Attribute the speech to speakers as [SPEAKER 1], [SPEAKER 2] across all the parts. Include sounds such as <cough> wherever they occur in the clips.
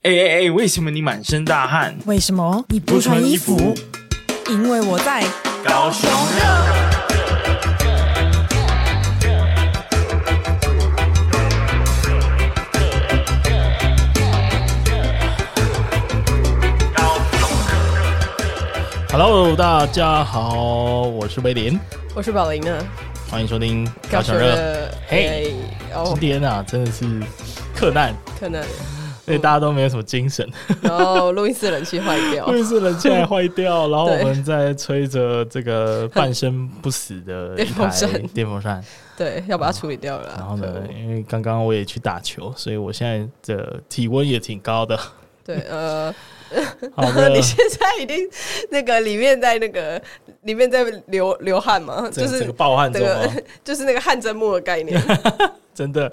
[SPEAKER 1] 哎哎哎，为什么你满身大汗？
[SPEAKER 2] 为什么你不穿衣服？因为我在。
[SPEAKER 1] 高雄
[SPEAKER 3] ？Hello，大家好，我是威廉，
[SPEAKER 4] 我是宝琳啊，
[SPEAKER 3] 欢迎收听高
[SPEAKER 4] 高
[SPEAKER 3] 雄
[SPEAKER 4] 雄
[SPEAKER 3] 热。
[SPEAKER 4] 的
[SPEAKER 3] 嘿
[SPEAKER 4] 哎
[SPEAKER 3] 今
[SPEAKER 4] 哦，
[SPEAKER 3] 天啊，真的是克难，
[SPEAKER 4] 可能，
[SPEAKER 3] 所以大家都没有什么精神，
[SPEAKER 4] 然后录音室冷气坏掉
[SPEAKER 3] <laughs> 因，为是人气还坏掉，
[SPEAKER 4] <laughs>
[SPEAKER 3] 然后我
[SPEAKER 4] 对
[SPEAKER 3] 们在吹着这个半生不死
[SPEAKER 4] <laughs>
[SPEAKER 3] 的一
[SPEAKER 4] 电风
[SPEAKER 3] 台
[SPEAKER 4] 扇
[SPEAKER 3] 电风扇，
[SPEAKER 4] 对，要把它处理掉了啊。
[SPEAKER 3] 然后
[SPEAKER 4] 可
[SPEAKER 3] 呢
[SPEAKER 4] 恶，
[SPEAKER 3] 因为刚刚我也去打球，所以我现在的体温也挺高
[SPEAKER 4] <laughs>
[SPEAKER 3] 的。
[SPEAKER 4] 对，呃，
[SPEAKER 3] <laughs> 好的
[SPEAKER 4] <laughs> 你，现在已经那个里面在那个里面在流流汗嘛，
[SPEAKER 3] 这
[SPEAKER 4] 就是
[SPEAKER 3] 这个暴汗
[SPEAKER 4] 这
[SPEAKER 3] 中啊
[SPEAKER 4] 个， <laughs> 就是那个汗蒸木的概
[SPEAKER 3] <laughs>
[SPEAKER 4] 念，
[SPEAKER 3] 真的。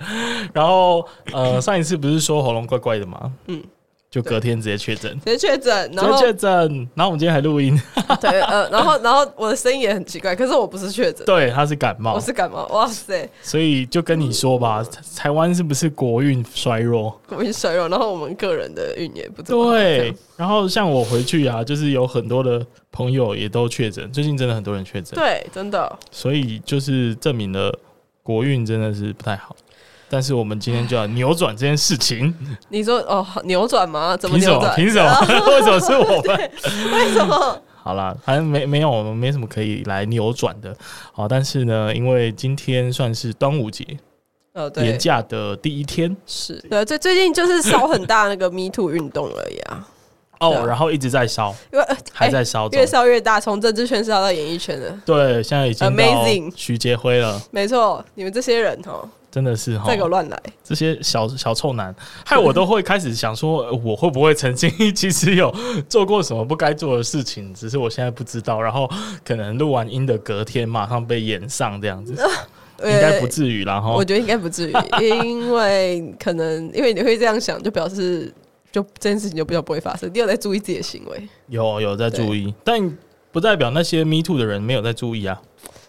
[SPEAKER 3] 然后呃，上一次不是说喉咙怪怪的吗？嗯
[SPEAKER 4] 嗯，
[SPEAKER 3] 就隔天直接确诊，
[SPEAKER 4] 直接确诊，
[SPEAKER 3] 直
[SPEAKER 4] 然
[SPEAKER 3] 接
[SPEAKER 4] 后
[SPEAKER 3] 确诊。然后我们今天还录音，
[SPEAKER 4] <laughs> 对，呃，然后然后我的声音也很奇怪，可是我不是确诊，
[SPEAKER 3] 对，啊他是感冒
[SPEAKER 4] 我，是感冒，哇塞，
[SPEAKER 3] 所以就跟你说吧，台湾是不是国运衰弱？
[SPEAKER 4] 我已经衰弱，然后我们个人的运也不怎么好这
[SPEAKER 3] 对
[SPEAKER 4] 样。
[SPEAKER 3] 然后像我回去啊，就是有很多的朋友也都确诊，最近真的很多人确诊，
[SPEAKER 4] 对，真的，
[SPEAKER 3] 所以就是证明了国运真的是不太好。但是我们今天就要扭转这件事情，
[SPEAKER 4] 你说哦，扭转吗？ <laughs> 怎么
[SPEAKER 3] 凭什
[SPEAKER 4] 扭
[SPEAKER 3] 么？
[SPEAKER 4] 转？啊
[SPEAKER 3] 凭什么？
[SPEAKER 4] <laughs>
[SPEAKER 3] <laughs> 为什么是我们？
[SPEAKER 4] 为
[SPEAKER 3] <laughs>
[SPEAKER 4] 什么？
[SPEAKER 3] 好啦，反正没没有，我们没什么可以来扭转的。好，但是呢，因为今天算是端午节
[SPEAKER 4] 呃，对
[SPEAKER 3] 年，假的第一天
[SPEAKER 4] 是，对，最最近就是烧很大那个 Me Too 运动而已啊，
[SPEAKER 3] 哦，
[SPEAKER 4] 对啊
[SPEAKER 3] 然后一直在烧，
[SPEAKER 4] <laughs> 因为、呃
[SPEAKER 3] 还在烧
[SPEAKER 4] 哎
[SPEAKER 3] 中。
[SPEAKER 4] 越烧越大，从政治圈烧到演艺圈了。
[SPEAKER 3] 对，现在已经到
[SPEAKER 4] Amazing
[SPEAKER 3] 徐杰辉了，
[SPEAKER 4] 没错，你们这些人哦，
[SPEAKER 3] 真的是哈
[SPEAKER 4] 再，给我乱来，
[SPEAKER 3] 这些小小臭男，害我都会开始想说，呃我会不会曾经其实有做过什么不该做的事情，只是我现在不知道。然后可能录完音的隔天马上被延上这样
[SPEAKER 4] <laughs>
[SPEAKER 3] 子，应该不至于哦啦哈
[SPEAKER 4] 呃我。觉得应该
[SPEAKER 3] <laughs>
[SPEAKER 4] 不至于，因为可能因为你会这样想，就表示就这件事情就比较不会发生。你有在注意自己的行为，
[SPEAKER 3] 有有在
[SPEAKER 4] 对
[SPEAKER 3] 注意，但不代表那些 Me Too 的人没有在注意啊，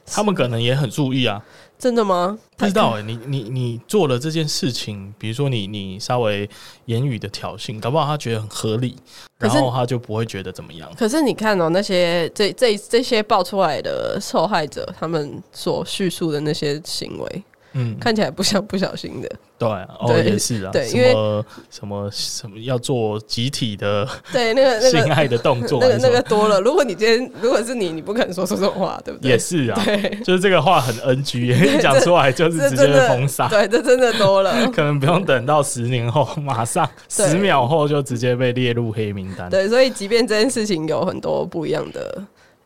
[SPEAKER 3] 他们可能也很注意啊。
[SPEAKER 4] 真的吗？
[SPEAKER 3] 不知道哎、你你你做了这件事情，比如说你你稍微言语的挑衅，搞不好他觉得很合理，
[SPEAKER 4] 可
[SPEAKER 3] 然
[SPEAKER 4] 是
[SPEAKER 3] 后他就不会觉得怎么样。
[SPEAKER 4] 可是你看哦，那些这这这些爆出来的受害者，他们所叙述的那些行为，
[SPEAKER 3] 嗯，
[SPEAKER 4] 看起来不像不小心的，
[SPEAKER 3] 对啊，哦
[SPEAKER 4] 对
[SPEAKER 3] 也是啊，
[SPEAKER 4] 对
[SPEAKER 3] 什
[SPEAKER 4] 因为
[SPEAKER 3] 么什么什么要做集体的
[SPEAKER 4] 对，那个那
[SPEAKER 3] 性
[SPEAKER 4] 个
[SPEAKER 3] 爱的动作
[SPEAKER 4] 那
[SPEAKER 3] 还
[SPEAKER 4] 个
[SPEAKER 3] 是什
[SPEAKER 4] 那个
[SPEAKER 3] 么，
[SPEAKER 4] 多了。如果你今天如果是你，你不可能说出这种话，对不对？
[SPEAKER 3] 也是啊，
[SPEAKER 4] 对，
[SPEAKER 3] 就是这个话很
[SPEAKER 4] <laughs>
[SPEAKER 3] NG，一讲出来就是
[SPEAKER 4] 这
[SPEAKER 3] 直接
[SPEAKER 4] 真
[SPEAKER 3] 被
[SPEAKER 4] 的
[SPEAKER 3] 封杀。
[SPEAKER 4] 对，这真的多了。
[SPEAKER 3] <laughs> 可能不用等到十年后，马上
[SPEAKER 4] 对
[SPEAKER 3] 十秒后就直接被列入黑名单。
[SPEAKER 4] 对，所以即便这件事情有很多不一样的，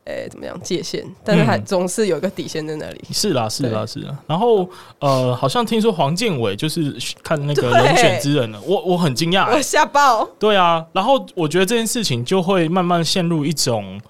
[SPEAKER 4] 诶、怎么样界限，但是还
[SPEAKER 3] 嗯
[SPEAKER 4] 总是有一个底线在
[SPEAKER 3] <laughs>
[SPEAKER 4] 那里。
[SPEAKER 3] 是啦，是啦，
[SPEAKER 4] 对
[SPEAKER 3] 是啦。然后呃，好像听说黄建伟就是看那个
[SPEAKER 4] 对
[SPEAKER 3] 《人选之人》了，我我很惊讶、
[SPEAKER 4] 我吓爆，
[SPEAKER 3] 对啊，然后我觉得这件事情就会慢慢陷入一种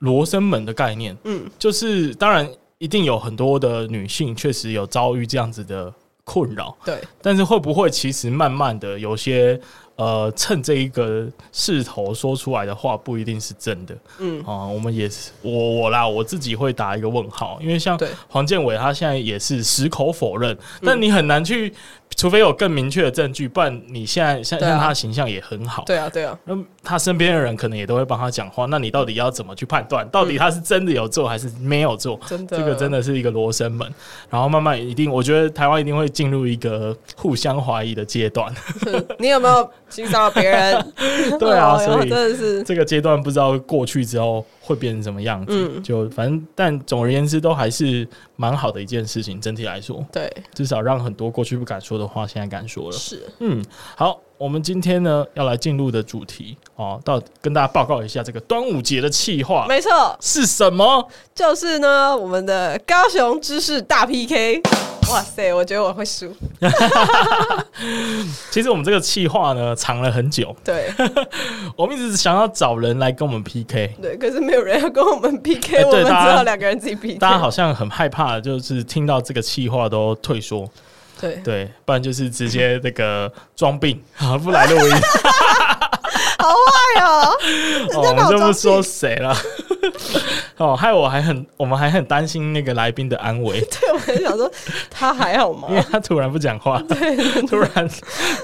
[SPEAKER 3] 罗生门的概念。
[SPEAKER 4] 嗯，
[SPEAKER 3] 就是当然一定有很多的女性确实有遭遇这样子的困扰，
[SPEAKER 4] 对，
[SPEAKER 3] 但是会不会其实慢慢的有些呃，趁这一个势头说出来的话不一定是真的
[SPEAKER 4] 嗯，
[SPEAKER 3] 啊、我们也是我我啦，我自己会打一个问号，因为像
[SPEAKER 4] 对嗯
[SPEAKER 3] 黄建伟他现在也是矢口否认，但你很难去，除非有更明确的证据，不然你现在像、
[SPEAKER 4] 对啊
[SPEAKER 3] 像他的形象也很好。
[SPEAKER 4] 对啊，对
[SPEAKER 3] <laughs>
[SPEAKER 4] 啊，
[SPEAKER 3] 那他身边的人可能也都会帮他讲话，那你到底要怎么去判断，到底他是真的有做还是没有做？
[SPEAKER 4] 嗯真的，
[SPEAKER 3] 这个真的是一个罗生门，然后慢慢一定，我觉得台湾一定会进入一个互相怀疑的阶段。 <laughs>
[SPEAKER 4] 是。你有没有欣赏到别人？
[SPEAKER 3] 对啊，
[SPEAKER 4] 哦哟
[SPEAKER 3] 所以
[SPEAKER 4] 真的是，
[SPEAKER 3] 这个阶段不知道过去之后会变成什么样子。
[SPEAKER 4] 嗯
[SPEAKER 3] 就反正，但总而言之，都还是蛮好的一件事情。整体来说，
[SPEAKER 4] 对，
[SPEAKER 3] 至少让很多过去不敢说的话，现在敢说了。
[SPEAKER 4] 是，
[SPEAKER 3] 嗯，好，我们今天呢要来进入的主题哦，到跟大家报告一下这个端午节的气话
[SPEAKER 4] 没错，
[SPEAKER 3] 是什么？
[SPEAKER 4] 就是呢，我们的高雄知识大 PK。哇塞，我觉得我会输。
[SPEAKER 3] 其实我们这个气话呢藏了很久， <laughs>
[SPEAKER 4] 对，
[SPEAKER 3] 我们一直想要找人来跟我们 PK。
[SPEAKER 4] 对，可是没有人要跟我们 PK，、
[SPEAKER 3] 哎对
[SPEAKER 4] 我们只
[SPEAKER 3] 大家
[SPEAKER 4] 好两个人自己 PK。
[SPEAKER 3] 大家，好像很害怕，就是听到这个气话都退缩，
[SPEAKER 4] 对，
[SPEAKER 3] 对，不然就是直接那个装病啊，不来录
[SPEAKER 4] <laughs>
[SPEAKER 3] 音。
[SPEAKER 4] 好坏哦，
[SPEAKER 3] 哦，<laughs>
[SPEAKER 4] 家
[SPEAKER 3] 我
[SPEAKER 4] 把
[SPEAKER 3] 们
[SPEAKER 4] 我
[SPEAKER 3] 就不
[SPEAKER 4] 装
[SPEAKER 3] 说
[SPEAKER 4] 病
[SPEAKER 3] 谁了。 <laughs> 哦，害我还很，我们还很担心那个来宾的安危，
[SPEAKER 4] 对， <laughs> 我还想说他还好吗
[SPEAKER 3] 因？为 <laughs> 他突然不讲话， <laughs> 突然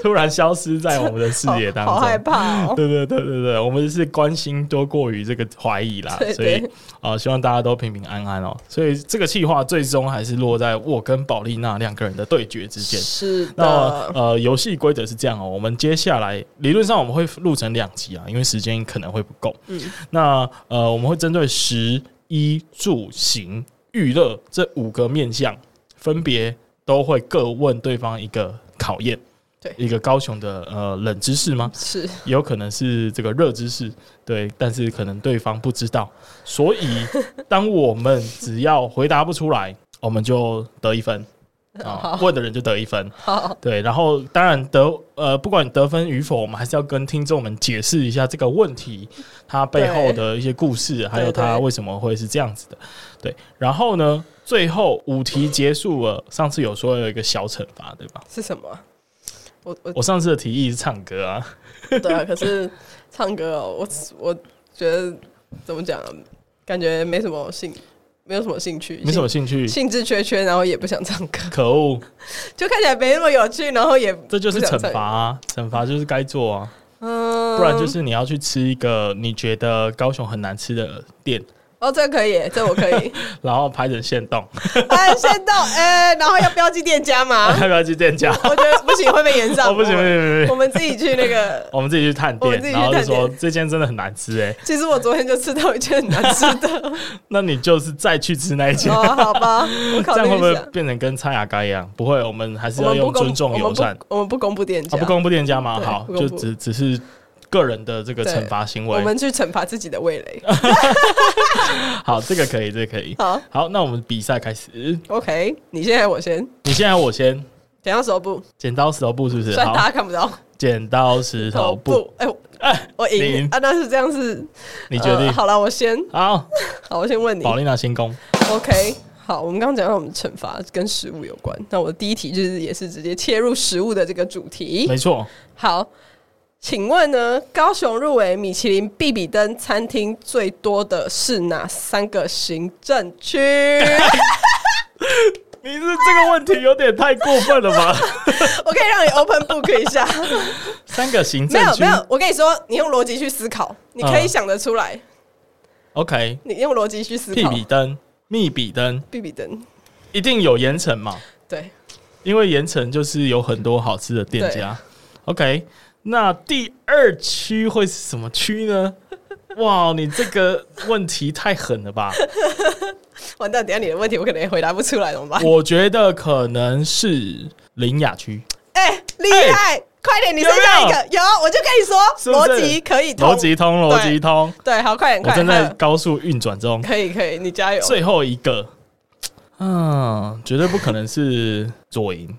[SPEAKER 3] 突然消失在我们的视野当
[SPEAKER 4] 好
[SPEAKER 3] 中，
[SPEAKER 4] 害怕哦。
[SPEAKER 3] 对对对对对，我们是关心多过于这个怀疑啦，
[SPEAKER 4] 对
[SPEAKER 3] 所以
[SPEAKER 4] 对
[SPEAKER 3] 啊、呃希望大家都平平安安哦。所以这个计划最终还是落在我跟宝丽娜两个人的对决之间。
[SPEAKER 4] 是
[SPEAKER 3] 那
[SPEAKER 4] 的，
[SPEAKER 3] 呃，游戏规则是这样哦，我们接下来理论上我们会录成两集啊，因为时间可能会不够。嗯，那呃，我们会针对食衣住行娱乐这五个面向，分别都会各问对方一个考验。
[SPEAKER 4] 对
[SPEAKER 3] 一个高雄的呃冷知识吗？
[SPEAKER 4] 是
[SPEAKER 3] 也有可能是这个热知识，对，但是可能对方不知道，所
[SPEAKER 4] <laughs>
[SPEAKER 3] 以当我们只要回答不出来，我们就得一
[SPEAKER 4] <laughs>
[SPEAKER 3] 分啊，问的人就得一分，
[SPEAKER 4] 好，
[SPEAKER 3] 对，然后当然得呃，不管得分与否，我们还是要跟听众们解释一下这个问题它背后的一些故事，还有它
[SPEAKER 4] 对对
[SPEAKER 3] 为什么会是这样子的。对，然后呢，最后五题结束了，上次有说有一个小惩罚，对吧？
[SPEAKER 4] 是什么？我我
[SPEAKER 3] 我上次的提议是唱歌啊，
[SPEAKER 4] 对啊，可是唱歌哦，我我觉得怎么讲啊，感觉没什么兴，没有什么兴趣，
[SPEAKER 3] 没什么兴趣
[SPEAKER 4] 兴，兴致缺缺，然后也不想唱歌，
[SPEAKER 3] 可恶。
[SPEAKER 4] 就看起来没那么有趣，然后也
[SPEAKER 3] 这就是
[SPEAKER 4] 不想
[SPEAKER 3] 惩
[SPEAKER 4] 唱歌
[SPEAKER 3] 罚、啊，惩罚就是该做啊，
[SPEAKER 4] 嗯，
[SPEAKER 3] 不然就是你要去吃一个你觉得高雄很难吃的店，
[SPEAKER 4] 哦，这可以，这我可以， <laughs>
[SPEAKER 3] 然后拍成现动，
[SPEAKER 4] 哎，先到哎，然后要标记店家
[SPEAKER 3] <laughs>
[SPEAKER 4] 吗？
[SPEAKER 3] 要不要去店家？
[SPEAKER 4] 啊 <laughs> 我觉得不行，会被延上，
[SPEAKER 3] 哦，不行不行不行
[SPEAKER 4] 我
[SPEAKER 3] 不行，
[SPEAKER 4] 们自己去那个。
[SPEAKER 3] 我们自己去探
[SPEAKER 4] 我
[SPEAKER 3] 店
[SPEAKER 4] 们自己，去
[SPEAKER 3] 然后就
[SPEAKER 4] 探店
[SPEAKER 3] 说这间真的很难吃哎、
[SPEAKER 4] 其实我昨天就吃到一件很难吃的，
[SPEAKER 3] <laughs> 那你就是再去吃那一间，
[SPEAKER 4] 哦，好吧，我考
[SPEAKER 3] 这样
[SPEAKER 4] 虑
[SPEAKER 3] 会不
[SPEAKER 4] 一
[SPEAKER 3] 会
[SPEAKER 4] 下。
[SPEAKER 3] 变成跟蔡雅刚一样？不会，我们还是要
[SPEAKER 4] 我们不
[SPEAKER 3] 用
[SPEAKER 4] 公，
[SPEAKER 3] 尊重
[SPEAKER 4] 我
[SPEAKER 3] 友
[SPEAKER 4] 们不
[SPEAKER 3] 善，
[SPEAKER 4] 我们不公布店
[SPEAKER 3] 啊，
[SPEAKER 4] 家，
[SPEAKER 3] 不公布店家吗？
[SPEAKER 4] 对
[SPEAKER 3] 好，
[SPEAKER 4] 不
[SPEAKER 3] 就
[SPEAKER 4] 公布
[SPEAKER 3] 只只是个人的这个
[SPEAKER 4] 对
[SPEAKER 3] 惩罚行
[SPEAKER 4] 我
[SPEAKER 3] 为。
[SPEAKER 4] 们去惩罚自己的味蕾。
[SPEAKER 3] <laughs> 好，这个可以，这个可以。
[SPEAKER 4] 好
[SPEAKER 3] 好，那我们比赛开始。
[SPEAKER 4] ，OK，你先，我先，
[SPEAKER 3] 你现在我先，
[SPEAKER 4] 剪刀石头布，
[SPEAKER 3] 剪刀石头布是不是？
[SPEAKER 4] 虽然
[SPEAKER 3] 好。
[SPEAKER 4] 大家看不到，
[SPEAKER 3] 剪刀石头布，，
[SPEAKER 4] 哎，我我赢
[SPEAKER 3] 赢
[SPEAKER 4] 啊！但是这样是，
[SPEAKER 3] 你决定
[SPEAKER 4] 呃。好了，我先，
[SPEAKER 3] 好，
[SPEAKER 4] 好，我先问你
[SPEAKER 3] 保利娜先攻。
[SPEAKER 4] ，OK。好，我们刚刚讲到我们惩罚跟食物有关，那我的第一题就是也是直接切入食物的这个主题。
[SPEAKER 3] 没错，
[SPEAKER 4] 好，请问呢，高雄入围米其林必比登餐厅最多的是哪三个行政区？
[SPEAKER 3] <laughs> 你是这个问题有点太过分了吧？
[SPEAKER 4] 我可以让你 open book 一下，
[SPEAKER 3] <laughs> 三个行
[SPEAKER 4] 没
[SPEAKER 3] 政
[SPEAKER 4] 有
[SPEAKER 3] 区
[SPEAKER 4] 没有，我跟你说，你用逻辑去思考，你可以
[SPEAKER 3] 嗯
[SPEAKER 4] 想得出来，
[SPEAKER 3] ，OK，
[SPEAKER 4] 你用逻辑去思
[SPEAKER 3] 屁
[SPEAKER 4] 考。
[SPEAKER 3] 比登、密比登
[SPEAKER 4] 必比登，
[SPEAKER 3] 一定有盐城嘛？
[SPEAKER 4] 对，
[SPEAKER 3] 因为盐城就是有很多好吃的店家。OK，那第二区会是什么区 <laughs> 呢？哇，你这个问题太狠了吧！
[SPEAKER 4] 完蛋，等一下你的问题我可能也回答不出来，怎么办？
[SPEAKER 3] 我觉得可能是林雅区，
[SPEAKER 4] 哎，厉
[SPEAKER 3] 哎
[SPEAKER 4] 害！快点，你
[SPEAKER 3] 有
[SPEAKER 4] 剩下
[SPEAKER 3] 没有
[SPEAKER 4] 一个，有，我就跟你说，
[SPEAKER 3] 是不是
[SPEAKER 4] 逻辑可以通，
[SPEAKER 3] 逻辑 <laughs> 通，逻辑通，
[SPEAKER 4] 对，好，快点，
[SPEAKER 3] 我
[SPEAKER 4] 快
[SPEAKER 3] 正
[SPEAKER 4] 点，
[SPEAKER 3] 在
[SPEAKER 4] 快点
[SPEAKER 3] 高速运转中。
[SPEAKER 4] 可以，可以，你加油。
[SPEAKER 3] 最后一个，嗯，绝对不可能是左营，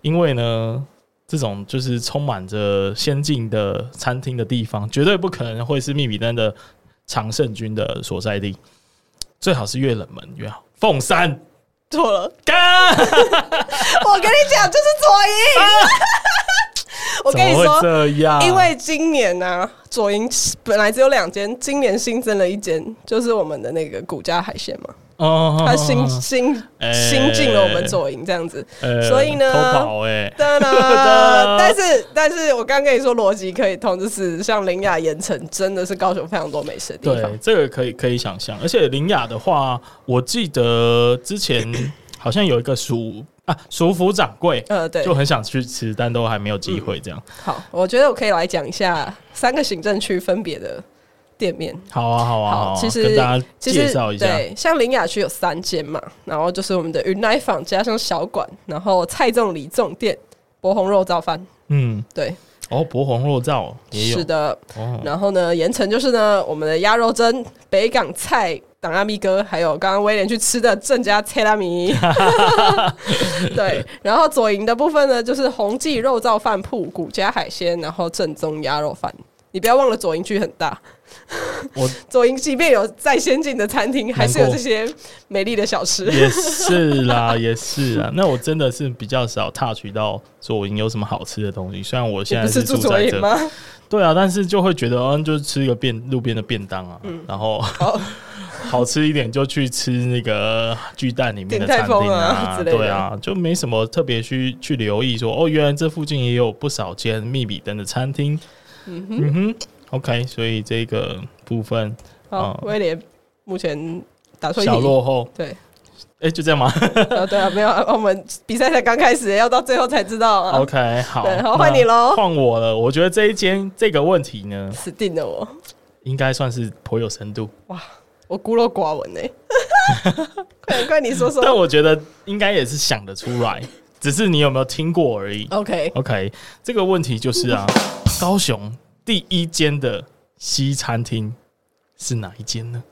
[SPEAKER 3] 因为呢，这种就是充满着先进的餐厅的地方，绝对不可能会是密比登的常胜军的所在地。最好是越冷门越好。凤山，
[SPEAKER 4] 错了，
[SPEAKER 3] 干， <laughs>
[SPEAKER 4] 我跟你讲，就是左营。 <laughs> 我
[SPEAKER 3] 啊怎
[SPEAKER 4] 跟你
[SPEAKER 3] 么会
[SPEAKER 4] 说，
[SPEAKER 3] 这样？
[SPEAKER 4] 因为今年呢、左营本来只有两间，今年新增了一间，就是我们的那个古家海鲜嘛，
[SPEAKER 3] 哦
[SPEAKER 4] 它新新
[SPEAKER 3] 哎
[SPEAKER 4] 新进了我们左营这样
[SPEAKER 3] <laughs>
[SPEAKER 4] 子。所以呢
[SPEAKER 3] 偷跑哎、
[SPEAKER 4] 当然，
[SPEAKER 3] 哒
[SPEAKER 4] 但是但是我刚跟你说逻辑可以通，就是像林雅盐城真的是高雄非常多美食的地
[SPEAKER 3] 对
[SPEAKER 4] 方，，
[SPEAKER 3] 这个可以可以想象。而且林雅的话，我记得之前
[SPEAKER 4] <coughs>
[SPEAKER 3] 好像有一个熟啊熟服掌柜，
[SPEAKER 4] 呃，对嗯
[SPEAKER 3] 就，很想去吃，但都还没有机会。这样，
[SPEAKER 4] 好，我觉得我可以来讲一下三个行政区分别的店面。
[SPEAKER 3] 好啊，好啊，好
[SPEAKER 4] 好
[SPEAKER 3] 啊，
[SPEAKER 4] 其实
[SPEAKER 3] 跟大家
[SPEAKER 4] 其实
[SPEAKER 3] 介绍一下。
[SPEAKER 4] 对，像林雅区有三间嘛，然后就是我们的云奶坊加上小馆，然后蔡仲里总店、博红肉燥饭，
[SPEAKER 3] 嗯，
[SPEAKER 4] 对，
[SPEAKER 3] 哦，博红肉燥也有
[SPEAKER 4] 是，的。
[SPEAKER 3] 哦，
[SPEAKER 4] 然后呢，盐城就是呢我们的鸭肉蒸、北港菜、党阿咪哥，还有刚刚威廉去吃的郑家切拉
[SPEAKER 3] <laughs>
[SPEAKER 4] 米。对，然后左营的部分呢，就是宏记肉燥饭铺、古家海鲜，然后正宗鸭肉饭。你不要忘了左营区很大，
[SPEAKER 3] 我
[SPEAKER 4] <laughs> 左营即便有再先进的餐厅，还是有
[SPEAKER 3] 难
[SPEAKER 4] 这
[SPEAKER 3] 过
[SPEAKER 4] 些美丽的小吃。
[SPEAKER 3] <laughs> 也是啦，也是啊。那我真的是比较少 touch 到左营有什么好吃的东西。虽然我
[SPEAKER 4] 你
[SPEAKER 3] 现
[SPEAKER 4] 不
[SPEAKER 3] 在
[SPEAKER 4] 是住
[SPEAKER 3] 住
[SPEAKER 4] 左
[SPEAKER 3] 在
[SPEAKER 4] 营
[SPEAKER 3] 这，
[SPEAKER 4] 吗？
[SPEAKER 3] 对啊，但是就会觉得，嗯，就是吃一个便路边的便当啊，然后
[SPEAKER 4] 嗯好，
[SPEAKER 3] <laughs> 好吃一点就去吃那个巨蛋里面的
[SPEAKER 4] 鼎泰
[SPEAKER 3] 餐
[SPEAKER 4] 丰
[SPEAKER 3] 厅
[SPEAKER 4] 啊之类的
[SPEAKER 3] 对啊，就没什么特别去去留意说哦，原来这附近也有不少间密比登的餐厅。嗯哼 o k 所以这个部分
[SPEAKER 4] 好
[SPEAKER 3] 哦，
[SPEAKER 4] 威廉目前打算
[SPEAKER 3] 小
[SPEAKER 4] 赢
[SPEAKER 3] 落后，
[SPEAKER 4] 对，
[SPEAKER 3] 哎、就这样吗、
[SPEAKER 4] <laughs> 啊对啊，没有，啊我们比赛才刚开始，要到最后才知道啊
[SPEAKER 3] <laughs> o，k 好，
[SPEAKER 4] 对好
[SPEAKER 3] 那
[SPEAKER 4] 换你咯
[SPEAKER 3] 换我了。我觉得这一间这个问题呢，
[SPEAKER 4] 死定了我，
[SPEAKER 3] 应该算是颇有深度，
[SPEAKER 4] 我孤陋寡闻呢。欸 <laughs> 快点快点，你 <laughs> 说
[SPEAKER 3] 但
[SPEAKER 4] 说。
[SPEAKER 3] 我觉得应该也是想得出
[SPEAKER 4] <laughs>
[SPEAKER 3] 来，只是你有没有听过而已。
[SPEAKER 4] OK，
[SPEAKER 3] OK，这个问题就是啊，高雄第一间的西餐厅是哪一间呢？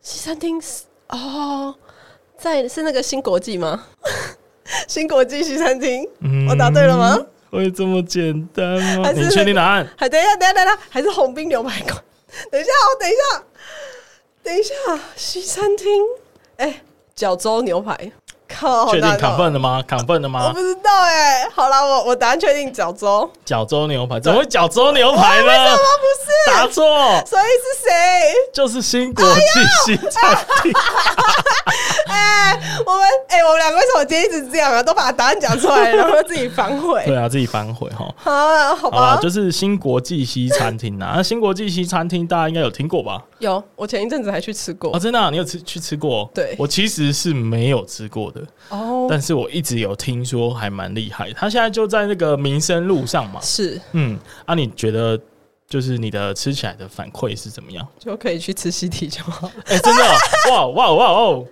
[SPEAKER 4] 西餐厅是哦，在是那个新国际吗？ <laughs> 新国际西餐厅，
[SPEAKER 3] 嗯
[SPEAKER 4] 我答对了吗？
[SPEAKER 3] 会这么简单吗？
[SPEAKER 4] 还是哦
[SPEAKER 3] 你确定答案？
[SPEAKER 4] 还等一下，等一下，等一下，还是红冰牛排馆？ <laughs> 等一下，哦，等一下，等一下，西餐厅，哎、角州牛排，靠，好
[SPEAKER 3] 确定
[SPEAKER 4] 难哦
[SPEAKER 3] 亢奋了吗？亢奋了
[SPEAKER 4] 我
[SPEAKER 3] 吗
[SPEAKER 4] 不？知道哎、好啦，我我答案确定角州，
[SPEAKER 3] 角州牛排怎么会角州牛
[SPEAKER 4] 哎
[SPEAKER 3] 排呢？
[SPEAKER 4] 不是，
[SPEAKER 3] 答错，
[SPEAKER 4] 所以是谁？
[SPEAKER 3] 就是新国际西餐厅。
[SPEAKER 4] 哎、我们哎、我们两个为什么今天一直这样啊？都把答案讲出来了，然后自己反悔
[SPEAKER 3] 对啊，自己反悔哈。
[SPEAKER 4] 啊？哎好
[SPEAKER 3] 好啦，
[SPEAKER 4] 吧，
[SPEAKER 3] 就是新国际西餐厅啊。那新国际西餐厅大家应该有听过吧？
[SPEAKER 4] 有，我前一阵子还去吃过
[SPEAKER 3] 哦，真的啊、你有吃去吃过？
[SPEAKER 4] 对
[SPEAKER 3] 我其实是没有吃过的。
[SPEAKER 4] 哦，
[SPEAKER 3] 但是我一直有听说还蛮厉害，他现在就在那个民生路上嘛。
[SPEAKER 4] 是
[SPEAKER 3] 嗯，啊，你觉得就是你的吃起来的反馈是怎么样？
[SPEAKER 4] 就可以去吃西提就好。
[SPEAKER 3] 哎、真的哦、哇哇哇哦，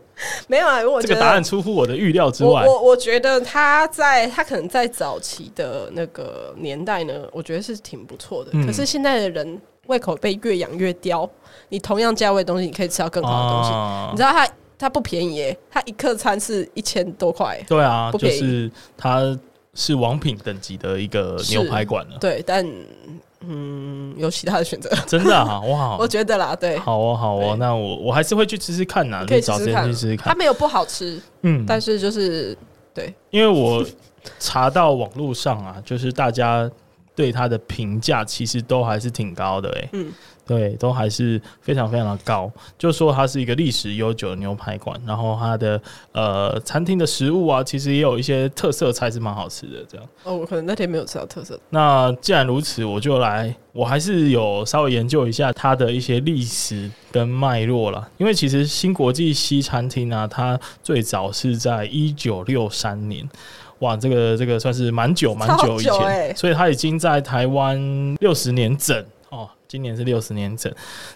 [SPEAKER 4] 没有啊，我
[SPEAKER 3] 这
[SPEAKER 4] 觉
[SPEAKER 3] 个
[SPEAKER 4] 得
[SPEAKER 3] 答案出乎我的预料之
[SPEAKER 4] 我
[SPEAKER 3] 外。
[SPEAKER 4] 我我觉得他在他可能在早期的那个年代呢，我觉得是挺不错的。
[SPEAKER 3] 嗯
[SPEAKER 4] 可是现在的人胃口被越养越刁，你同样价位的东西，你可以吃到更好的东西。
[SPEAKER 3] 啊
[SPEAKER 4] 你知道它它不便宜耶，它一客餐是一千多块耶，
[SPEAKER 3] 对啊，
[SPEAKER 4] 不
[SPEAKER 3] 就
[SPEAKER 4] 便宜
[SPEAKER 3] 是它是王品等级的一个
[SPEAKER 4] 是
[SPEAKER 3] 牛排馆了，
[SPEAKER 4] 对，但嗯，有其他的选择，
[SPEAKER 3] 真的啊，哇
[SPEAKER 4] <laughs> 我！觉得啦，对，
[SPEAKER 3] 好哦，好
[SPEAKER 4] 对
[SPEAKER 3] 哦，那我我还是会去吃吃看呐、
[SPEAKER 4] 你可
[SPEAKER 3] 就
[SPEAKER 4] 以
[SPEAKER 3] 找时
[SPEAKER 4] 试试
[SPEAKER 3] 间
[SPEAKER 4] 看
[SPEAKER 3] 去吃吃，
[SPEAKER 4] 它
[SPEAKER 3] 看。
[SPEAKER 4] 没有不好吃，
[SPEAKER 3] 嗯，
[SPEAKER 4] 但是就是
[SPEAKER 3] 因为我查到网络上啊，就是大家对它的评价其实都还是挺高的、欸，
[SPEAKER 4] 嗯
[SPEAKER 3] 对，都还是非常非常的高。就说它是一个历史悠久的牛排馆，然后它的呃餐厅的食物啊，其实也有一些特色菜是蛮好吃的。这样，
[SPEAKER 4] 哦，我可能那天没有吃到特色，
[SPEAKER 3] 那既然如此，我就来，我还是有稍微研究一下它的一些历史跟脉络啦。因为其实新国际西餐厅啊，它最早是在一九六三年，哇，这个这个算是蛮久蛮久以前，
[SPEAKER 4] 超久欸
[SPEAKER 3] 所以它已经在台湾六十年整哦。今年是六十年整，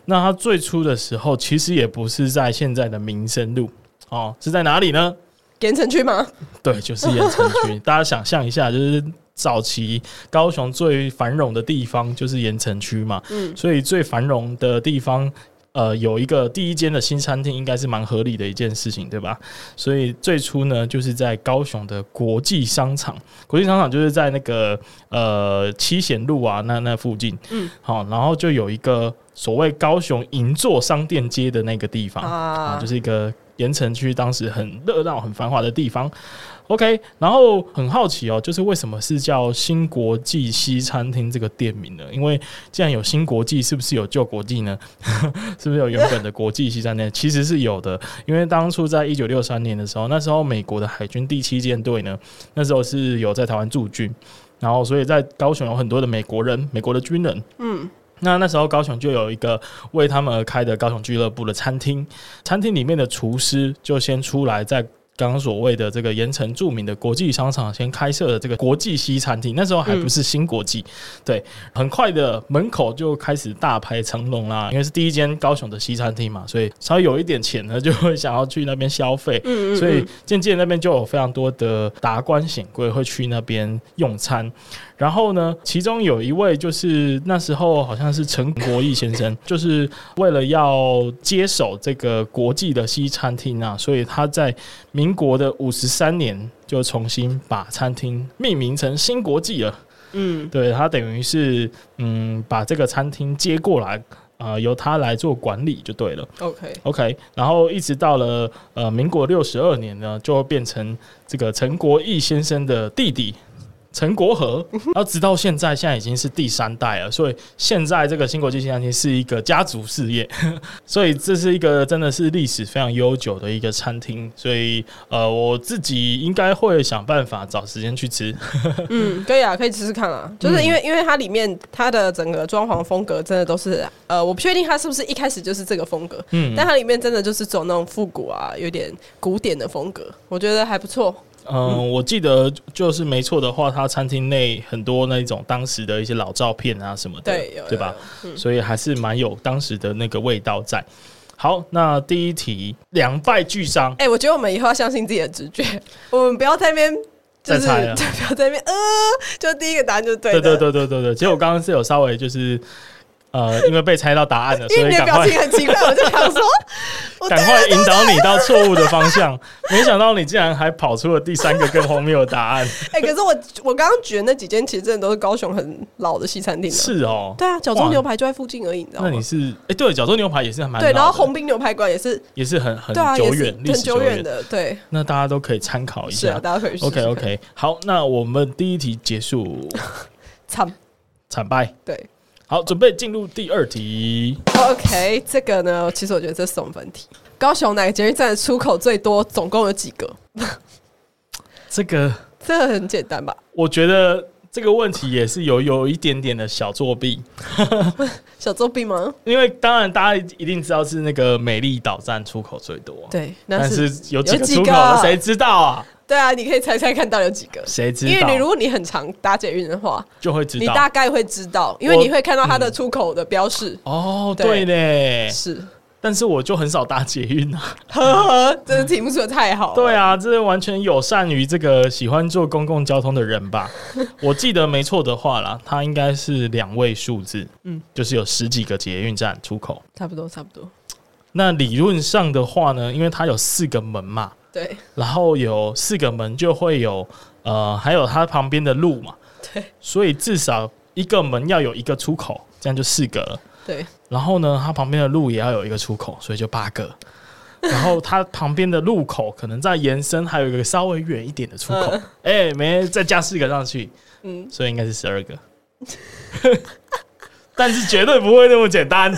[SPEAKER 3] 那它最初的时候其实也不是在现在的民生路哦，是在哪里呢？
[SPEAKER 4] 盐城区吗？
[SPEAKER 3] 对，就是盐城区。大家想象一下，就是早期高雄最繁荣的地方就是盐城区嘛，
[SPEAKER 4] 嗯
[SPEAKER 3] 所以最繁荣的地方。呃，有一个第一间的新餐厅，应该是蛮合理的一件事情，对吧？所以最初呢，就是在高雄的国际商场，国际商场就是在那个呃七贤路啊，那那附近，
[SPEAKER 4] 嗯
[SPEAKER 3] 嗯，好，然后就有一个所谓高雄银座商店街的那个地方，啊，
[SPEAKER 4] 啊
[SPEAKER 3] 就，是一个盐城区当时很热闹、很繁华的地方。OK，然后很好奇哦，就是为什么是叫新国际西餐厅这个店名呢？因为既然有新国际，是不是有旧国际呢？ <laughs> 是不是有原本的国际西餐厅？其实是有的，因为当初在一九六三年的时候，那时候美国的海军第七舰队呢，那时候是有在台湾驻军，然后所以在高雄有很多的美国人、美国的军人，
[SPEAKER 4] 嗯，
[SPEAKER 3] 那那时候高雄就有一个为他们而开的高雄俱乐部的餐厅，餐厅里面的厨师就先出来在。刚刚所谓的这个盐城著名的国际商场先开设的这个国际西餐厅，那时候还不是新国际，对，很快的门口就开始大排长龙啦，因为是第一间高雄的西餐厅嘛，所以稍微有一点钱呢，就会想要去那边消费，
[SPEAKER 4] 嗯嗯
[SPEAKER 3] 所以渐渐那边就有非常多的达官显贵会去那边用餐。然后呢，其中有一位就是那时候好像是陈国义先生， <laughs> 就是为了要接手这个国际的西餐厅啊，所以他在民国的五十三年就重新把餐厅命名成新国际了。
[SPEAKER 4] 嗯
[SPEAKER 3] 对他等于是嗯把这个餐厅接过来，啊，由他来做管理就对了。
[SPEAKER 4] ，OK，
[SPEAKER 3] OK，然后一直到了呃民国六十二年呢，就变成这个陈国义先生的弟弟陈国和，然后直到现在，现在已经是第三代了，所以现在这个新国际西餐厅是一个家族事业， <laughs> 所以这是一个真的是历史非常悠久的一个餐厅，所以呃，我自己应该会想办法找时间去吃。
[SPEAKER 4] 嗯，可以啊，可以试试看啊。
[SPEAKER 3] 嗯
[SPEAKER 4] 就是因为、因为它里面它的整个装潢风格真的都是呃，我不确定它是不是一开始就是这个风格，
[SPEAKER 3] 嗯
[SPEAKER 4] 但它里面真的就是走那种复古啊，有点古典的风格，我觉得还不错。
[SPEAKER 3] 嗯，我记得就是没错的话，它餐厅内很多那种当时的一些老照片啊什么的，
[SPEAKER 4] 对有有嗯
[SPEAKER 3] 对吧？所以还是蛮有当时的那个味道在。好，那第一题两败俱伤，
[SPEAKER 4] 哎、我觉得我们以后要相信自己的直觉，我们不要在那边就
[SPEAKER 3] 再
[SPEAKER 4] 是
[SPEAKER 3] 猜了
[SPEAKER 4] 对不要在那边呃，就第一个答案就是对
[SPEAKER 3] 对
[SPEAKER 4] 的。
[SPEAKER 3] 对对对对对。其实我刚刚是有稍微就是呃，因为被猜到答案了，所
[SPEAKER 4] <laughs> 因为
[SPEAKER 3] 以
[SPEAKER 4] 你的
[SPEAKER 3] 赶
[SPEAKER 4] 表
[SPEAKER 3] 快
[SPEAKER 4] 情很奇怪，我就想说，我啊
[SPEAKER 3] 赶快引导你到错误的方向。 <laughs> 没想到你竟然还跑出了第三个更荒谬的答案，
[SPEAKER 4] 哎、 <laughs> 可是我我刚刚举的那几间其实真的都是高雄很老的西餐厅、啊，
[SPEAKER 3] 是哦。
[SPEAKER 4] 对啊，角洲
[SPEAKER 3] 哇
[SPEAKER 4] 牛排就在附近而已，你知道吗？
[SPEAKER 3] 那你是哎、对，角洲牛排也是还蛮
[SPEAKER 4] 对，然后
[SPEAKER 3] 老的
[SPEAKER 4] 红兵牛排馆也是，
[SPEAKER 3] 也是很很
[SPEAKER 4] 对啊，
[SPEAKER 3] 久
[SPEAKER 4] 也是
[SPEAKER 3] 远，历
[SPEAKER 4] 很
[SPEAKER 3] 史
[SPEAKER 4] 久
[SPEAKER 3] 远
[SPEAKER 4] 远。的，对，
[SPEAKER 3] 那大家都可以参考一
[SPEAKER 4] 是啊，
[SPEAKER 3] 下。
[SPEAKER 4] 大家可以去试试
[SPEAKER 3] OK
[SPEAKER 4] 看。
[SPEAKER 3] OK，好，那我们第一题结
[SPEAKER 4] <laughs>
[SPEAKER 3] 束，
[SPEAKER 4] 惨，
[SPEAKER 3] 惨败。
[SPEAKER 4] 对哦
[SPEAKER 3] 好，准备进入第二题。
[SPEAKER 4] ，OK，这个呢，其实我觉得这是送分题。高雄哪个捷运站的出口最多？总共有几个？
[SPEAKER 3] 这个
[SPEAKER 4] 这个很简单吧？
[SPEAKER 3] 我觉得这个问题也是有有一点点的小作弊，
[SPEAKER 4] 小作弊吗？
[SPEAKER 3] 因为当然大家一定知道是那个美丽岛站出口最多，，
[SPEAKER 4] 对，那
[SPEAKER 3] 但
[SPEAKER 4] 是
[SPEAKER 3] 是有几
[SPEAKER 4] 有
[SPEAKER 3] 个
[SPEAKER 4] 几
[SPEAKER 3] 出口
[SPEAKER 4] 个
[SPEAKER 3] 谁知道啊？
[SPEAKER 4] 对啊，你可以猜猜看到底有几个？
[SPEAKER 3] 谁知道？
[SPEAKER 4] 因为你如果你很常搭捷运的话，
[SPEAKER 3] 就会知
[SPEAKER 4] 你
[SPEAKER 3] 道
[SPEAKER 4] 大概会知道，因为
[SPEAKER 3] 我嗯
[SPEAKER 4] 你会看到它的出口的标示。
[SPEAKER 3] 哦，对
[SPEAKER 4] 对
[SPEAKER 3] 嘞，
[SPEAKER 4] 是，
[SPEAKER 3] 但是我就很少搭捷运啊。
[SPEAKER 4] 呵 <laughs> 呵，这个题目出的太好了。
[SPEAKER 3] 对啊，这完全友善于这个喜欢坐公共交通的人
[SPEAKER 4] <laughs>
[SPEAKER 3] 吧？我记得没错的话啦，它应该是两位数字，嗯，就是有十几个捷运站出口。
[SPEAKER 4] 差不多，差不多。
[SPEAKER 3] 那理论上的话呢，因为它有四个门嘛，
[SPEAKER 4] 对
[SPEAKER 3] 然后有四个门就会有呃，还有它旁边的路嘛，
[SPEAKER 4] 对
[SPEAKER 3] 所以至少一个门要有一个出口，这样就四个了。
[SPEAKER 4] 对， <laughs>
[SPEAKER 3] 然后呢，它旁边的路也要有一个出口，所以就八个。然后它旁边的路口可能再延伸，还有一个稍微远一点的出口。哎、没再加四个上去，
[SPEAKER 4] 嗯，
[SPEAKER 3] 所以应该是十二个。 <laughs> 但是绝对不会那么简单，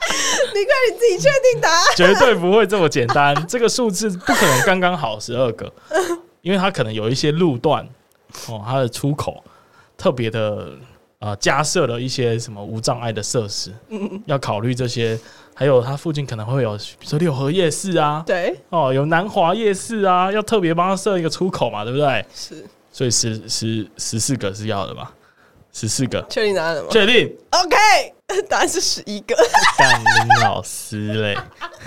[SPEAKER 4] 你看你自己确定答案。 <laughs>
[SPEAKER 3] 绝对不会这么简单。这个数字不可能刚刚好十二个，因为它可能有一些路段哦，它的出口特别的呃加设了一些什么无障碍的设施，
[SPEAKER 4] 嗯
[SPEAKER 3] <laughs> 要考虑这些。还有它附近可能会有，比如说六合夜市啊，
[SPEAKER 4] 对，
[SPEAKER 3] 哦，有南华夜市啊，要特别帮它设一个出口嘛，对不对？
[SPEAKER 4] 是
[SPEAKER 3] 所以十十十四个是要的吧？十四个，
[SPEAKER 4] 确定答案了吗
[SPEAKER 3] 确定？
[SPEAKER 4] ？OK，答案是十一个。
[SPEAKER 3] 干林老师嘞，